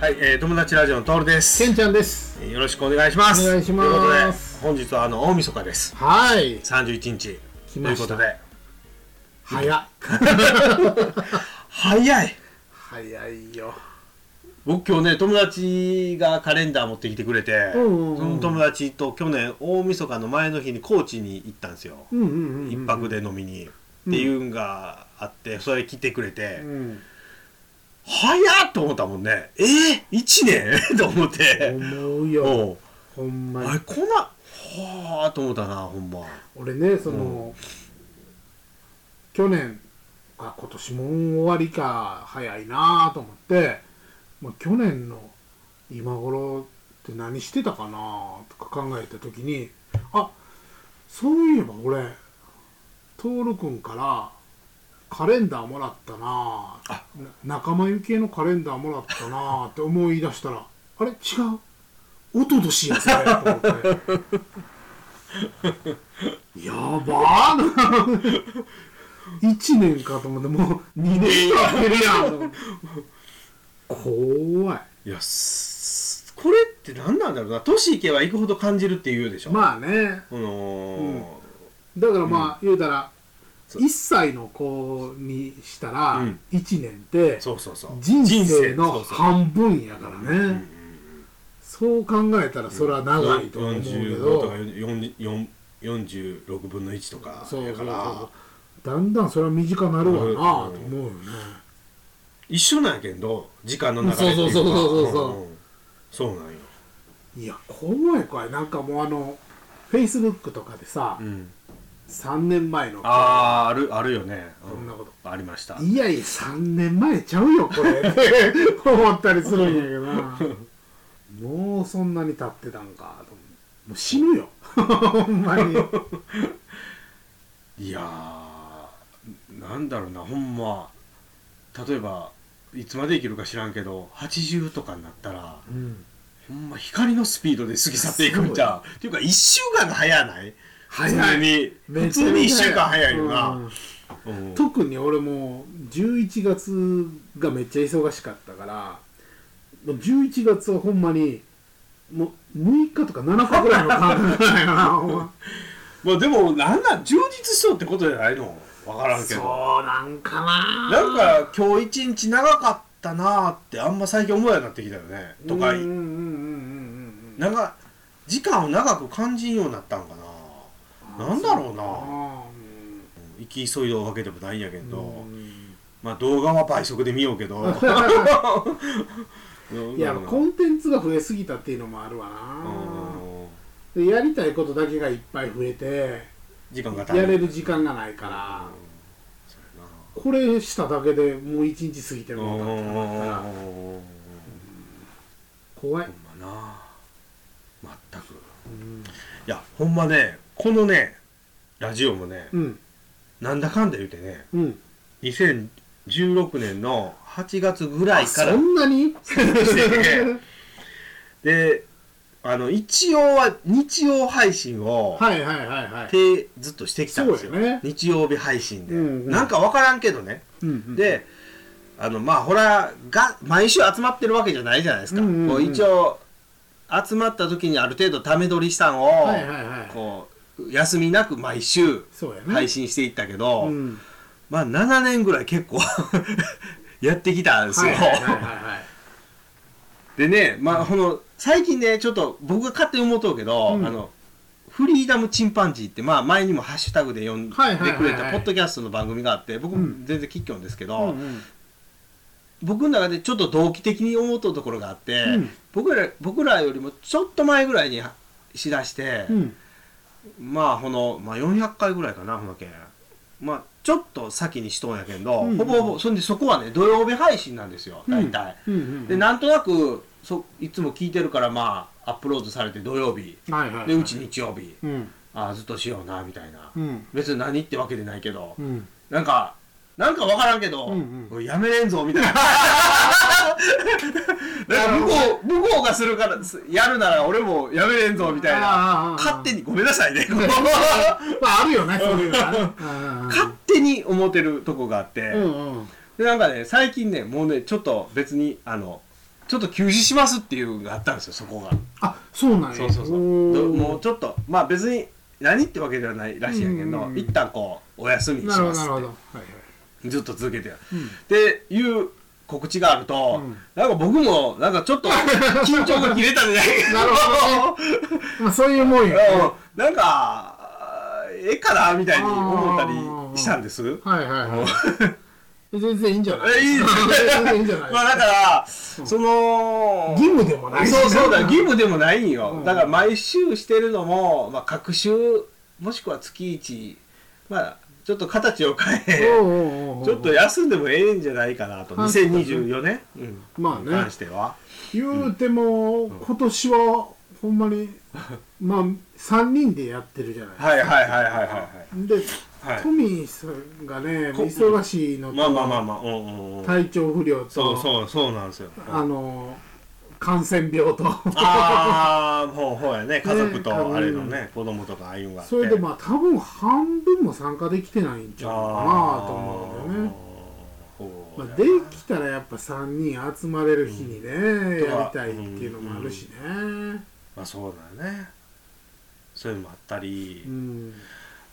はい、えー、友達ラジオのトールです。けえんちゃんです。ーよろしくお願いします。お願いしますということで、本日はあの大晦日です。はい。三十一日と来いうまこしたとで、早っ。早い。早いよ。僕今日ね友達がカレンダー持ってきてくれて、うんうんうんその友達と去年大晦日の前の日に高知に行ったんですよ。うんうんうん。一泊。で飲みに、っていうのがあって、それ来てくれて。うん。早っと思ったもんね。えー、1年 と思って。思うよ。おうほんあまれ、に。こんな、はーと思ったな、ほんま。俺ね、その。去年。あ、今年も終わりか、早いなぁと思って。まあ、去年の。今頃。って何してたかなぁとか考えた時に。あ。そういえば、俺。トール君から。カレンダーもらったなぁあな仲間由紀恵のカレンダーもらったなーって思い出したらあれ違うおととしやつねと思ってやばーな1年かと思ってもう2年経ってるやんと思って怖いいや、すこれって何なんだろうな。年行けば行くほど感じるっていうでしょ。あ、まあねあのーだからまあ、言うたらそう1歳の子にしたらうん1年ってそうそうそう。人生の人生そうそう半分やからね、そう考えたらそれは長いと思うけ45とど、か40 4 46分の1とかそうやそかうらそうだんだんそれは短なるわなと思うよね、一緒なんやけど時間の流れっていうかそうそうそうそうそうんんそうなんよいや怖い怖いなんかもうあのフェイスブックとかでさ、うん3年前のあああるあるよねうこんなことありましたいやいや3年前ちゃうよこ れって思ったりするんやけどなもうそんなに経ってたんかと思うもう死ぬよ ほんまにいやーなんだろうなほんま例えばいつまで生きるか知らんけど80とかになったらうんほんま光のスピードで過ぎ去っていくんじゃんっていうか1週間が早ない早い普通に普通に1週間早いよな、うんうん特に俺も11月がめっちゃ忙しかったからもう11月はほんまにもう6日とか7日ぐらいの感覚だよなほん ままあでもなんなん充実しそうってことじゃないのわからんけどそうなんかななんか今日一日長かったなーってあんま最近思うようになってきたよね都会うんうんうんうんうんなんか時間を長く感じんようになったんかななんだろうなあ行き急いでわけでもないんやけーど、うんまあ動画は倍速で見ようけどいやコんンテンツが増えすぎたっていうのもあるわなでやりたいことだけがいっぱい増えて時間が足りやないれる時間がないからうんそうやなこれしただけでもう一日過ぎてるうんのうんかうんうんうんらうん怖いほ、んまな全くいやほんまねこのねラジオもね、うんなんだかんだ言うてねうん、 2016年の8月ぐらあいからそんなにであの一応は日曜配信を、はいはいはいはい、てずっとしてきたんですよそうよね日曜日配信で、うんうんなんか分からんけどね、うんうんであのまあほらが毎週集まってるわけじゃないじゃないですか、うんうんうんこう一応集まった時にある程度ため撮りしたんを、はいはいはいこう休みなく毎週そうやね配信していったけど、うん、まあ7年ぐらい結構 やってきたんですはよ、いはいはいはいでねまあこの最近ねちょっと僕が勝手に思うとうけど、うんあのフリーダムチンパンジーって、まあ、前にもハッシュタグで呼んではいはいはいはいくれたポッドキャストの番組があって僕うん全然吉祥ですけど、はいうんうん僕の中でちょっと同期的に思うとうところがあって、うん僕ら僕らよりもちょっと前ぐらいにしだして、うんまあこの、まあ、400回ぐらいかなほんまけんまあちょっと先にしとんやけんど、うんほぼほぼそんでそこはね土曜日配信なんですよ大体。うんうんでなんとなくそいつも聞いてるからまあアップロードされて土曜日はいはいはいでうち日曜日うんああずっとしようなみたいな、うん別に何ってわけでないけど、うんなんかなんか分からんけど、うんうんおいやめれんぞみたい ななんか向こう向こうがするからすやるなら俺もやめれんぞみたいあーあーあなー勝手にごめんなさいねこうまああるよねそういうのはねうんう ん勝手に思ってるとこがあって、うんうんでなんかね最近ねもうねちょっと別にあのちょっと休止しますっていうのがあったんですよそこがあそうなんやそうそうそうおーもうちょっとまあ別に何ってわけではないらしいんやけど、うん一旦こうお休みしなるほまどすなるほっどはいはいてずっと続けてやるうんっていう告知があると、うんなんか僕もなんかちょっと緊張が切れたんじゃないか なるほまあそういうもんやね うんなんかあーええかなみたいに思ったりしたんです。はいはいはい全然いいんじゃないえいいですね全然いいんじゃない まあだから、その義務でもないしそうそうだ義務でもないんよ、うんだから毎週してるのも、まあ、各週もしくは月一まあちょっと形を変えおうおうおうおうちょっと休んでもええんじゃないかなとはいそうですね2024年、うんまあねに関しては言うても、今年はほんまに まあ3人でやってるじゃない、はいはいはいはいはいで、はいトミーさんがねこ忙しいのと、まあまあまあまあうんうんうん体調不良とそうそうそうなんですよあの感染病とああほうほうやね家族ねとあれのね子供とかああいうのがあって それでまあ多分半分も参加できてないんちゃうかなと思うんだよねまあ、できたらやっぱ3人集まれる日にね、んやりたいっていうのもあるしねうん、まあそうだよねそういうのもあったり、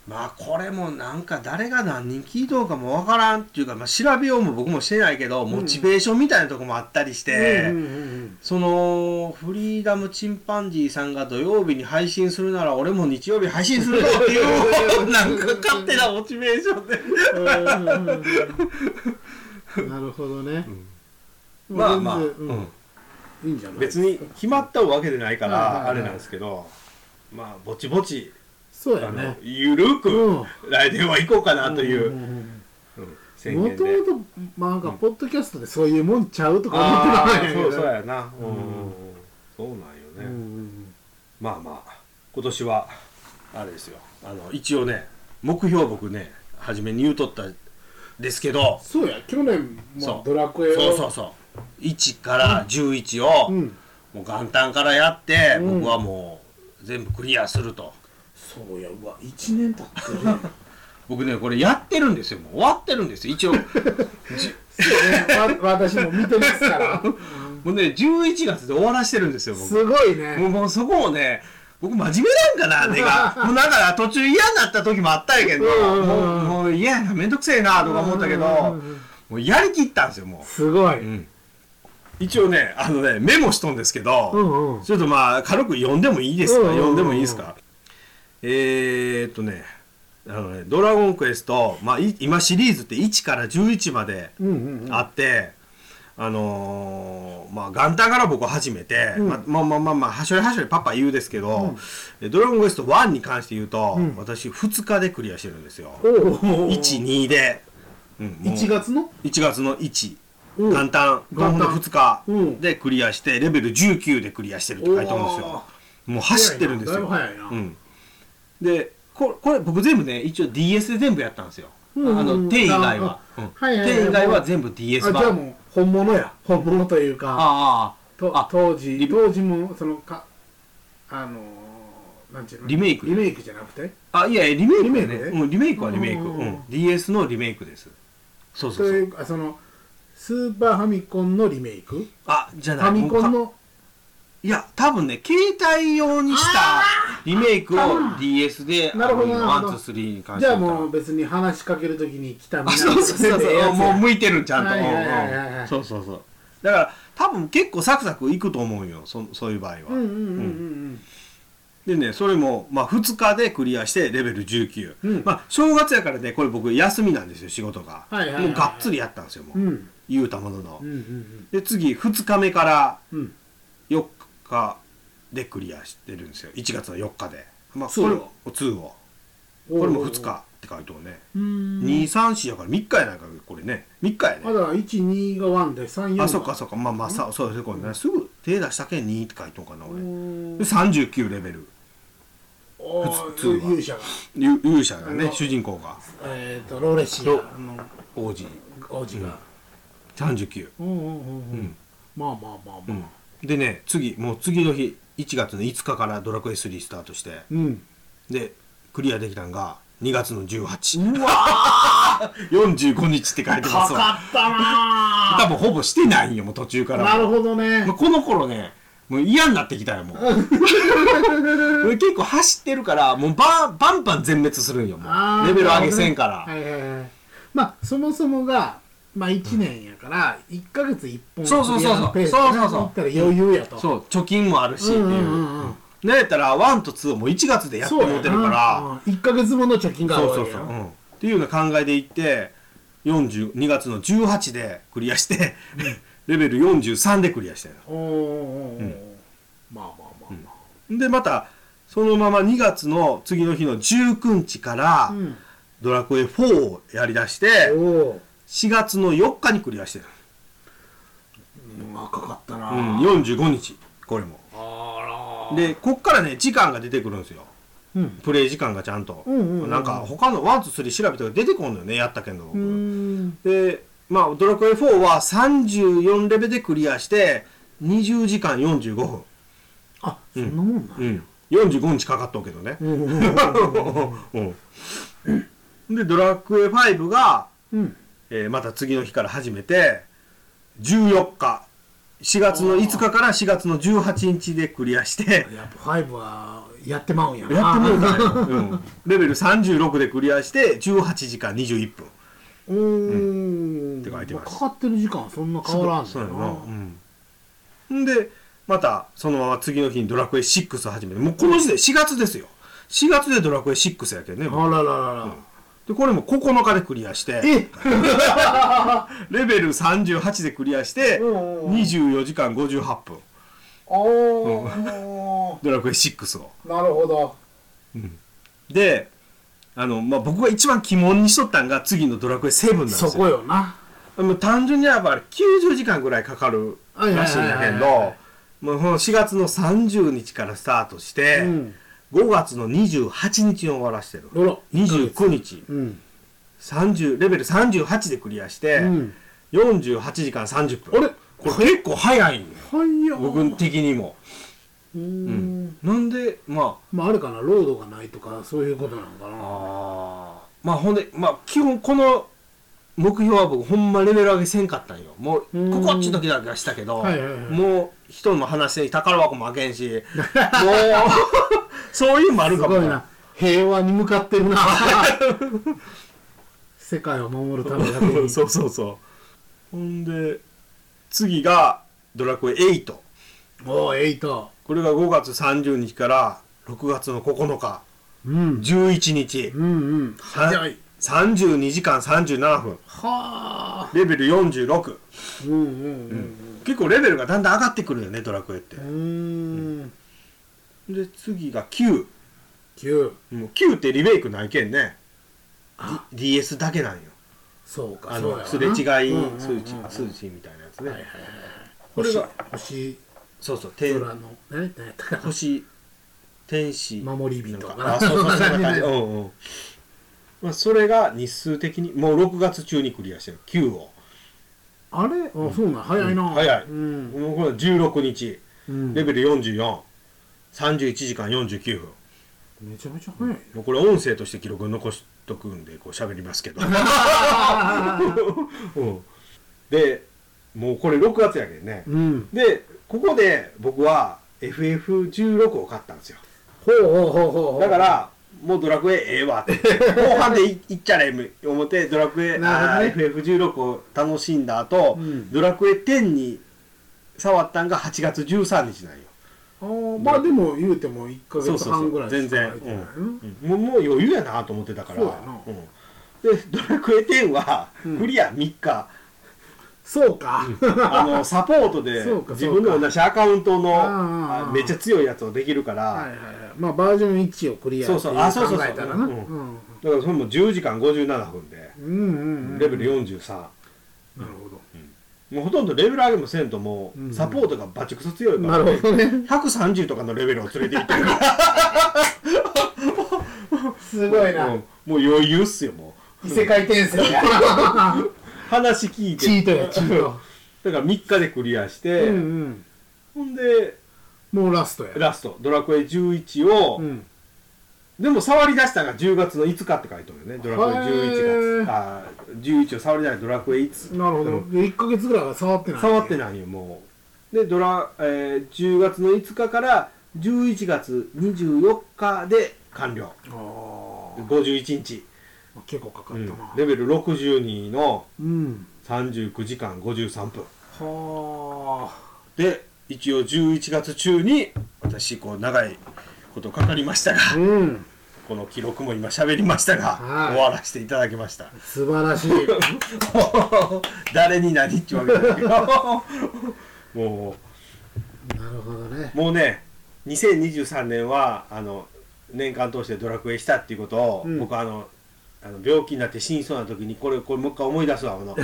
まあこれもなんか誰が何人聞いとんかもわからんっていうか、まあ、調べようも僕もしてないけど、んモチベーションみたいなとこもあったりして、うんうんうんそのフリーダムチンパンジーさんが土曜日に配信するなら俺も日曜日配信するぞっていう なんか勝手なモチベーションで、うんなるほどね、まあまあ、全う然んいいんじゃない別に決まったわけでないかはいはいはらいあれなんですけど、まあぼちぼち、そうあやのねゆるくうん来年は行こうかなという。んんうん宣も言とで。もとまあなんかポッドキャストでそういうもんちゃうとか思あってたんあやけそどうそうやな。うんんそうなんようね、んうんまあまあ今年はあれですよ。あの一応ね目標僕ね初めに言うとったですけど、そうや去年そもうドラクエをそうそうそう1から11を、うんもう元旦からやって、うん僕はもう全部クリアすると。そうやうわ1年経ってるやん僕ねこれやってるんですよ。もう終わってるんですよ。一 応そうねわ私も見てますからもうね11月で終わらしてるんですよ。僕すごいねもうもうそこをね僕真面目なんかな、根 が。もうだから途中嫌になった時もあったんやけど、うんうんうんもうもう嫌やな、めんどくせえなとか思ったけど、うんもうんううんやりきったんですよ、もすごう。いん一応ね、あのね、メモしとんですけうど、んうんちょっとまあ、軽く読んでもいいですか、うんうんうん読んでもいいですか。えー、っとね、あのね、ドラゴンクエスト、まあ、い今シリーズって1から11までうんうんうんあって、あのーまあ元旦から僕は始めて、うんまあまあまあまあまあはしょりはしょりパパ言うですけど、でドラゴンクエスト1に関して言うと、うん私2日でクリアしてるんですよ。おお1、2で、うん、もう1月の1月の1。うん元旦、元旦元旦2日うんでクリアして、レベル19でクリアしてるって書いてあるんですよ。もう走ってるんですよ。早いなだいぶ早いなうん、でこ、これ僕全部ね、一応 DS で全部やったんですよ。うんうんうんあの、手以外は。あうんはいはいはい手以外は全部 DS あじゃあ版。もう本物や本物というかああ、とあ当時リ当時もそのかあのーなんていうのリメイクリメイクじゃなくてあいやいやリメイクねリメイクねうん、リメイクはリメイク、ううんんうんうん DS のリメイクですそうそそううそいううかそのスーパーファミコンのリメイクフあじゃないァミコンもうかのいや多分ね携帯用にしたリメイクをあー DS でなるほどなワるほどンツースリーに関しじてゃあ言ったらもう別に話しかけるときに来たみあたいそうそうそうそうもう向いてるんちゃんと、はいはいはいはいうんうんそうそうそうだから多分結構サクサクいくと思うよそそういう場合は、うんうんうんうんでねそれも、まあ、2日でクリアしてレベル19、うんまあ、正月やからねこれ僕休みなんですよ仕事が、はいはいはいはいもうがっつりやったんですよもう、うんうん言うたものの、うんうんで次2日目からうんうん4日でクリアしてるんですよ1月の4日で、まあ、そうこれも2をこれも2日って書いてるねうーん234やから3日やないかこれね3日やまねだ12が1で34があそっかそっかまあまあさそうですこれねすぐ手出したけん2って書いてるかなう俺でーん39レベルおー普通は勇者がゆ勇者があねの主人公がえっとロレシアロの王子王子が39うんうんうんううんんまあまあまあうまんあでね次もう次の日1月の5日からドラクエ3スタートしてうんでクリアできたんが2月の18うわ 45日って書いてまかすわかったな多分ほぼしてないんよもう途中かーらもなるほどもねうこの頃ねもう嫌になってきたよも う俺結構走ってるからもうバンバンバン全滅するんよもあうーレベル上げせんから、はいはいはいまあそもそもがまあ1年やから1か月1本そうそうそうそうペースそうそうそういったら余裕やとそう貯金もあるしっていう,、うなんうんうんうんんやったら1と2をもう1月でやってもうてるから1か月分の貯金があるそうわけそやうそう、うん、っていうような考えでいって40 2月の18でクリアして、レベル43でクリアしてるおーおーおーまあまあまあまでまたそのまま2月の次の日の19日からあ、うんドラクエ4をやりだしておお4月の4日にクリアしてる、若かったな、うん、45日これもあらでこっからね時間が出てくるんですようんプレイ時間がちゃんと、うんうんうんなんか他のワンツースリー調べたら出てこんのよねやったけど僕、うんでまあドラクエ4は34レベルでクリアして20時間45分、あそんなもんな、うん、45日かかっとうけどね、うんうんうん うん、でドラクエ5が、うんえーまた次の日から始めて14日4月の5日から4月の18日でクリアしてやっぱ5はやってまうんやなやってもうたよ、うん、レベル36でクリアして18時間21分うーんって書いてますかかってる時間はそんな変わらんねんそうやなうんんでまたそのまま次の日にドラクエ6を始めてもうこの時点4月ですよ4月でドラクエ6やけどねあらららら、でこれも9日でクリアしてえレベル38でクリアしてうんうん24時間58分おードラクエ6をなるほどであの、まあ、僕が一番疑問にしとったんが次のドラクエ7なんですそよこよなもう単純にやっぱり90時間ぐらいかかるらしいんだけはいはいはいはどもうこの4月の30日からスタートして、うん5月の28日に終わらしてるあら29日うん30レベル38でクリアして、うん48時間30分あれこれ結構早いんよはいよ僕的にもうーんなんでままああれかなロードがないとかそういうことなのあかなあーまあほんでまあ基本この目標は僕ほんまレベル上げせんかったんよもううんここっちの時だけはしたけど、はいはいはいもう人の話せんし宝箱も開けん しもう そういうのもあるすかもごいな平和に向かってるな 世界を守るためだけにそうそうそうほんで次が「ドラクエ8おーエイト」これが5月30日から6月の9日うん11日うんうんさん早い32時間37分はあレベル46うんうんうん結構レベルがだんだん上がってくるよねドラクエってうんうーんで次が9 9もう9ってリメイクないけんね D- DS だけなんよそうかあそうやわのなすれ違いうんうんうん数値数値みたいなやつね、はいはいはいこれが星星そうそう空天のね何やったかな星天使守り人なかんかあ そうそうそんな感じうんうんまあ、それが日数的にもう6月中にクリアしてる9をあれあそうなん早いなうん早いうんもうこれ16日うんレベル4431時間49分めちゃめちゃ早いねもうこれ音声として記録残しとくんでこう喋りますけど、 うん、でもうこれ6月やけんね、うんでここで僕は FF16 を買ったんですよほうほうほうほうほうだからもうドラクエええわって後半でいいっちゃれ思ってドラクエ、なあるーほ FF16 を楽しんだ後、うんドラクエ10に触ったんが8月13日なんよ、あーまあでも言うても1ヶ月半ぐらい全しか然空い、うてないんのもうもう余裕やなと思ってたからそうやなうんでドラクエ10はうんクリア3日、 そうかあのサポートでそうかそうか自分の同じアカウントのあーあめっちゃ強いやつをできるから、はいはいはいまあバージョン1をクリアそうそうあそうそうそう考えたらなううんんうんだからそれも10時間57分でうんうんレベル43、なるほどもうほとんどレベル上げもせんともううんサポートがバチクソ強いかなら、るほどね130とかのレベルを連れていってるかすごいら、な、うんもう余裕っすよも異世界転生 やう話聞いてチートやチートだから3日でクリアして、うんうんほんでもうラストやラストドラクエ11を、うんでも触り出したのが10月の5日って書いてるよねドラクエ11へ月ーあ11を触り出したドラクエ5なるほど。で、1ヶ月ぐらいは触ってない。触ってい。ないよもうでドラ、えー10月の5日から11月24日で完了ああ。 51日、結構かかうっんたな。レベル62のうん。 39時間53分はあ。で一応11月中に私こう長いことかかりましたがうん。この記録も今喋りましたが、はい終わらせていただきました素晴 らしい。誰に何ってわけだけどもなるほどねう。もうね2023年はあの年間通してドラクエしたっていうことを、うん僕あのあの病気になって死にそうな時にこれこれもう一回思い出すわ あのあ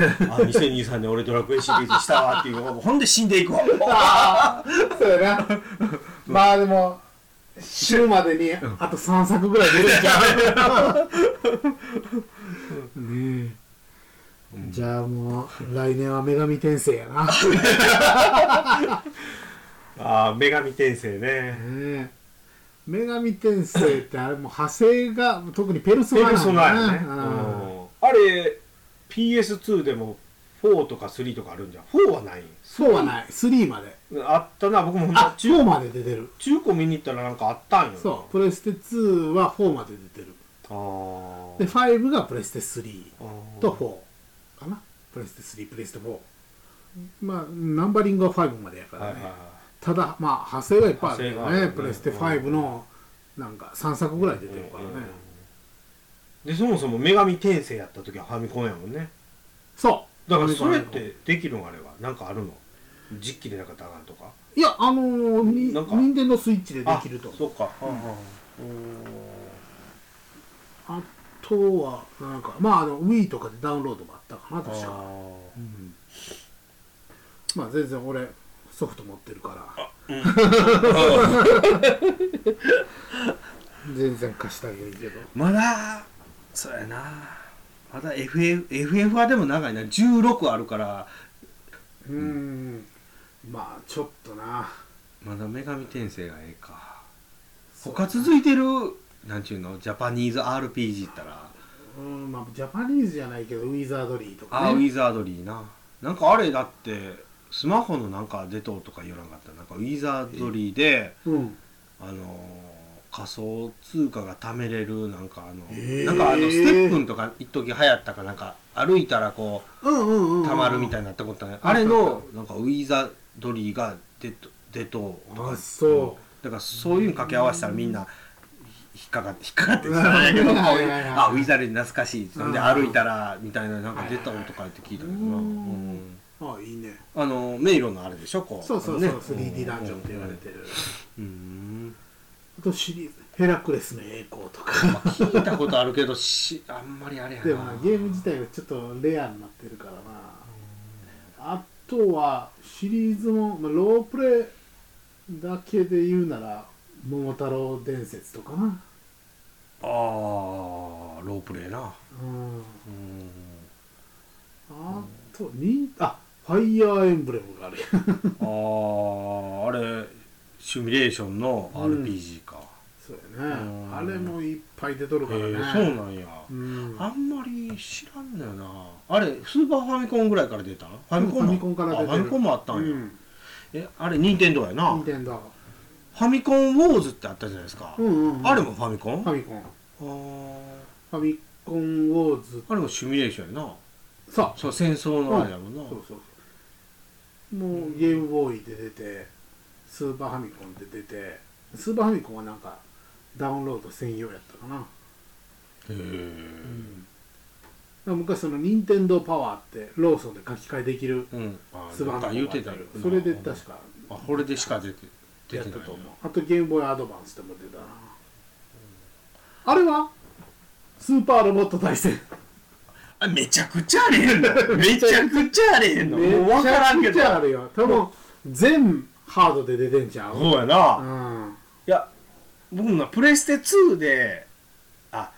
2023年俺ドラクエシリーズしたわっていう ほんで死んでいくわ そうやな。まあでも、死ぬまでにあと3作ぐらい出るんちゃうねえ。じゃあもう、来年は女神転生やな。ねああ女神転生ねえ女神転生ってあれもう派生が、特にペルソナペルソナやねなんだううんんあれ PS2 でも4とか3とかあるんじゃん4はないんそうはない。3まで。あったな僕もほんあと、 4まで出てる。中古見に行ったらなんかあったんよそう。プレステ2は4まで出てる。あで、5がプレステ3。ーと4かなプレステ3プレステ4まあナンバリングは5までやかはいはらね、いはいただまあ派生がいっぱいあるよ派生があねるねプレステ5のなんか3作ぐらい出てるからね、うんうんでそもそも女神転生やった時はファミコンやもんねそうだからそれってできるんあれはなんかあるの実機でなかったらあかんとかいやあのー、になんか任天堂スイッチでできるとあそ思ううか、うんうんあとはなんかまああの Wii とかでダウンロードもあったかな確か、うんまあ全然俺ソフト持ってるから 全然貸してあげるけどまだそうやなまだ FF, FF はでも長いな16あるからうんまあちょっとなまだ女神転生がええか他続いてるなんちゅうのジャパニーズ RPG ったらうんまあジャパニーズじゃないけどウィザードリーとあかーウねィザードリーななんかあれだってスマホのなんか出とうとか言わなかったなんかウィザードリーで、うんあのー仮想通貨が貯めれるなんかあの、へーなんかあのステップンとか一時流行ったかなんか歩いたらこうんうんうんううん貯まるみたいになったことない、あれのなんかウィザードリーが出と出とうとかあそだからそういうの掛け合わせたらみんな引っかかって引っかかってきたんやけどうんこういはういはいはいあウィザードリー懐かしい」そんでうん歩いたらみたいななんか出たとかって聞いたけどな。うんうんうああいいねあの迷路のあれでしょこうそうそうあそうのね 3D ダンジョンって言われてるうんあとシリーズヘラクレスの栄光とかまあ聞いたことあるけどしあんまりあれやなでもなゲーム自体がちょっとレアになってるからなあとはシリーズも、まあ、ロープレイだけで言うなら「桃太郎伝説」とかなあーロープレイなうんうんあとにあファイヤーエンブレムがあるやんあーあれシミュレーションの RPG か、そうやうねんあれもいっぱい出とるからへね、えそうなんや、うんあんまり知らんのよなあれスーパーファミコンぐらいから出たファミコンフもァミコンから出てるあファミコンもあったんや、うんえあれ任天堂やな任天堂ファミコンウォーズってあったじゃないですか、うんうんうんあれもファミコンファミコンあーファミコンウォーズあれもシミュレーションやなさそう戦争のあれやもんな、そうそうそうもうゲームボーイで出てスーパーファミコンで出てスーパーファミコンはなんかダウンロード専用やったかな、へえ、うん、昔その任天堂パワーってローソンで書き換えできるうん、あスーパーファミ言コうンがあてたったけよどそれで確かあこれでしか出て出やってたないとと思思うあとゲームボーイアドバンスでも出たなあれはスーパーロボット対戦あめちゃくちゃあれへん のめちゃくちゃあれへんのもう分からんけめちゃくちどゃあるよ多分全ハードで出てんちゃう、うん、そうやな、あいや僕もなプレステ2であ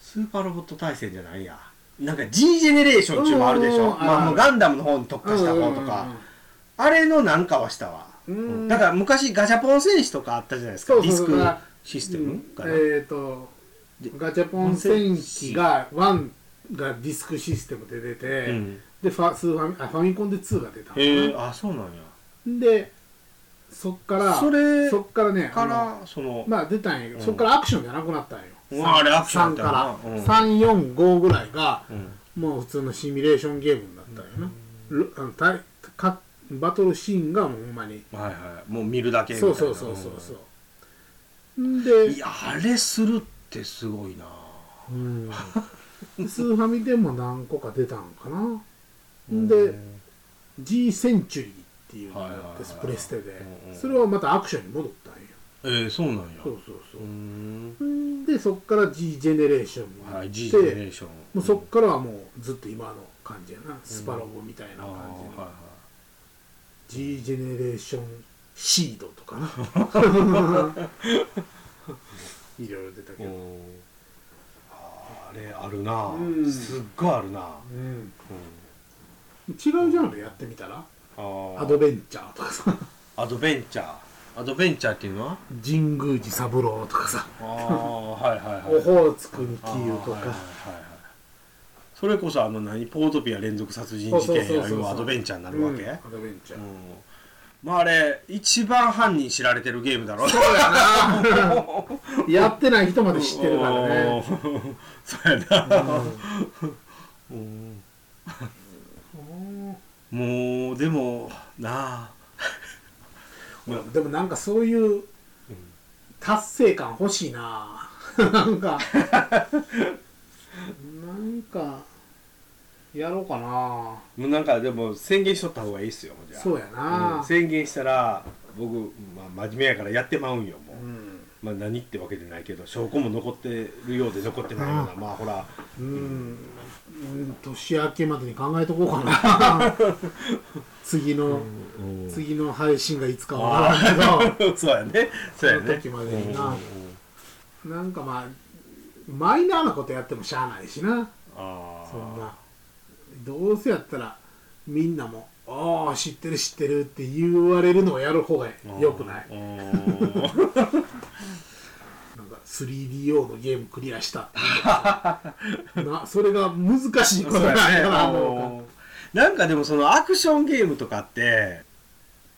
スーパーロボット対戦じゃないやなんか G ジェネレーション中もあるでしうんょうんうんまあ、あるもうガンダムの方に特化した方とか、あれのなんかはしたわ、うんだから昔ガシャポン戦士とかあったじゃないですかそうディそうスそうクシステムかな、えっ、ー、とでガチャポン戦記が1がディスクシステムで出て、うんでファスーファミあファミコンで2が出たのかなへえあそうなんやでそっからそれそっからねかあのらその、まあ出たんやけど、うんそっからアクションじゃなくなったんよ、うわあれアクションや3ったかよなら、うん345ぐらいがうんもう普通のシミュレーションゲームになったんよな、ルあのたかバトルシーンがもうほんまにはいはいもう見るだけみたいそうなそうそうそうそんうでいやあれするってすごいなうんスーファミでも何個か出たんかなうんで G センチュリーっていうのがはいあはいはっいはいてスプレステでうんうんそれはまたアクションに戻ったんよえー、そうなんやそうそうそうーうんんでそっから G ジェネレーションもあはっい G ジてェネレーションもうそっからはもうずっと今の感じやなスパロボみたいなあー感じはいの G ジェネレーションシードと かないろいろ出たけはいうんどあれあるな、うんすっごいあるな、うんうん違うジャンルやってみたらあアードベンチャーとかさアドベンチャーアドベンチャーっていうのは神宮寺三郎とかさああはいはいはいオホーツクにあー杞憂とはいはいはいはかいそれこそあの何ポートピア連続殺人事件やあれはアドベンチャーになるわけ、うんアドベンチャーうんまああれ一番犯人知られてるゲームだろそうやなやってない人まで知ってるから ね、ねそうやな、うんうんもうでもなあでもなんかそういう達成感欲しいな なんかなんかやろうかなもうなんかでも宣言しとった方がいいっすよじゃあそうやう、なん宣言したら僕、まあ、真面目やからやってまうんよもう、うんまあ、何ってわけじゃないけど証拠も残ってるようで残ってないようなまあほら うん、うん、年明けまでに考えとこうか な次の、次次の配信がいつかわからんけどそうやねそうやね その時までになうんうんうんなんかまあマイナーなことやってもしゃあないしなああそんなどうせやったらみんなも「ああ知ってる知ってる」って言われるのをやる方がよくないいなんか 3DO のゲームクリアした って言うのなそれが難しいことそうなんやねやなあなんかのなんかでもそのアクションゲームとかって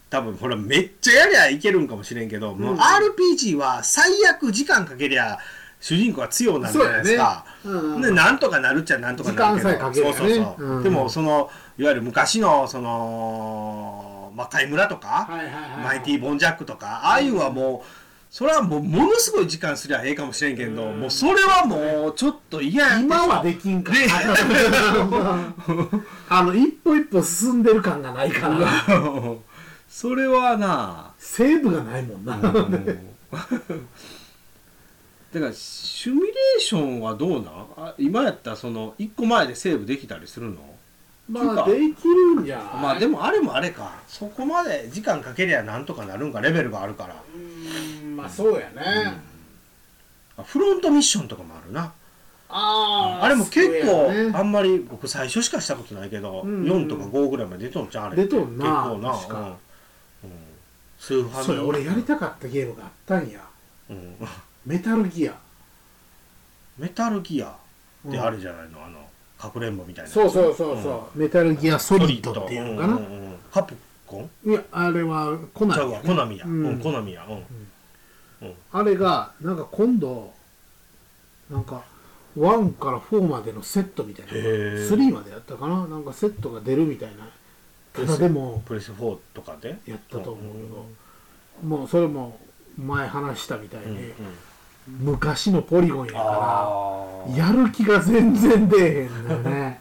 多分ほらめっちゃやりゃいけるんかもしれんけど、もう RPG は最悪時間かけりゃ主人公は強なんじゃそうないやですねか。うんね、なんとかなるっちゃなんとかなるけど時間さえかけりゃねそうそうそう、うんでもそのいわゆる昔のその魔界村とか、はいはいはいマイティー・ボンジャックとかああいうのはもうそれはもうものすごい時間すりゃええかもしれんけど、うんもうそれはもうちょっと嫌や今はできんから あの一歩一歩進んでる感がないからで それはなセーブがないもんな、あだからシミュレーションはどうなんあ今やったらその1個前でセーブできたりするのまあできるんじゃないまあでもあれもあれかそこまで時間かけりゃなんとかなるんかレベルがあるからうーんまあそうやね、あフロントミッションとかもあるなあーあれも結構、そうやねあんまり僕最初しかしたことないけど、うんうん4とか5ぐらいまで出とんちゃうあれ出とんな結構な確かうんうん、スーファミそうや俺やりたかったゲームがあったんやうん、メタルギアメタルギアってうんあるじゃないの、あのかくれんぼみたいなそうそうそうそう、メタルギアソリッドっていうのかな、んんうんカプコンいやあれはコナちゃンうやわコナミや、ううんんコナミや、うんあれがなんか今度なんか1から4までのセットみたいなへー3までやったかななんかセットが出るみたいなただでもプレス4とかでやったと思うけんど、もうそれも前話したみたいうんうんに、昔のポリゴンやかあらーやる気が全然出えへんのよね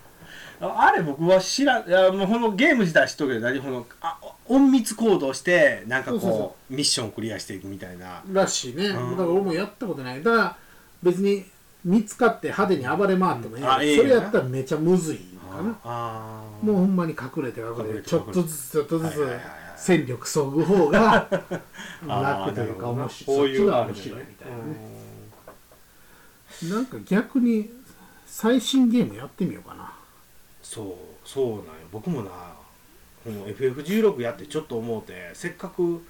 あれ僕は知らんいやもうこのゲーム自体は知っとるけど何このあ隠密行動してなんかこうそうそうそミッションクリアしていくみたいならしいね、んだから俺もやったことないだから別に見つかって派手に暴れ回ってもいい、うんあええそよなれやったらめちゃむずいかなあーもうほんまに隠れて隠隠れれててちょっとずつちょっとずはついはいはいはい戦力そぐ方があー楽といなるうかほどな面こ白ういいそっうちのがある面ね白いみたいなねなんか逆に最新ゲームやってみようかなそうそうなんよ僕もなこの FF16 やってちょっと思うてせっかく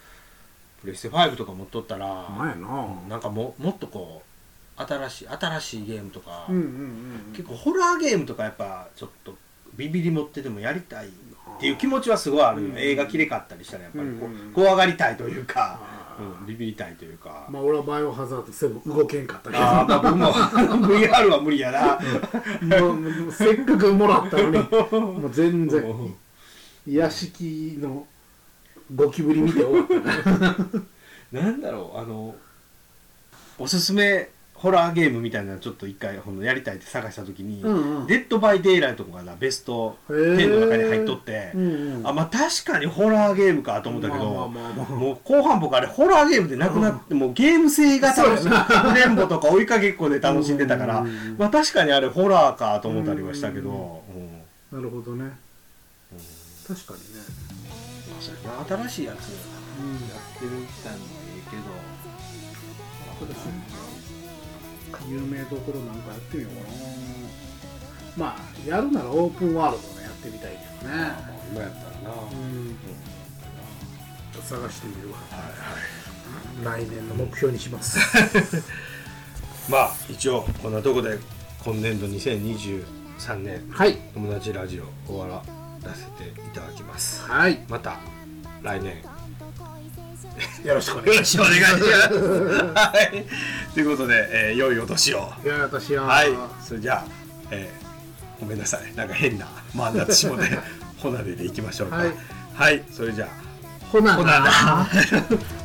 プレステ5とか持っとったら前やななんかももっとこう新しい新しいゲームとか、うんうんうん結構ホラーゲームとかやっぱちょっとビビり持っててもやりたいっていう気持ちはすごいあるよ、うん映画きれかったりしたらやっぱりこ、ううんうん怖がりたいというか、ううんビビりたいというか、まあ俺はバイオハザードセブン動けんかったけどああまあ僕も VR は無理やなもうもうせっかくもらった のにもう全然屋敷のゴキブリ見て終わったななんだろうあのおすすめホラーゲームみたいなのちょっと一回ほんのやりたいって探した時に「うんうんデッド・バイ・デイ・ライト」とかがベスト10の中に入っとって、うんうんあまあ確かにホラーゲームかと思ったけど、まあまあまあまあもう後半僕あれホラーゲームでなくなって、もうゲーム性が楽しいかくれんぼとか追いかけっこで楽しんでたから、うんうんうんまあ確かにあれホラーかと思ったりはしたけど、ううんんなるほどね確かにねまあそれな新しいやつやってみたんでいいけどそうですね有名どころなんかやってみようかなまあやるならオープンワールドのやってみたいけどねまあ今やったらな、うんちょっと探してみるわ来年の目標にしますまあ一応こんなとこで今年度2023年はい友達ラジオ終わらせていただきますはいまた来年よろしくお願いよしろしくお願いします。 はい、ということで、えー、良いお年を。ますいや私は、はい、それじゃあ、えーごめんなさい、なんか変な、まあ、なってしまうの で、ほなででいきましょうか。ははいい、それじゃあ、ほなほななな。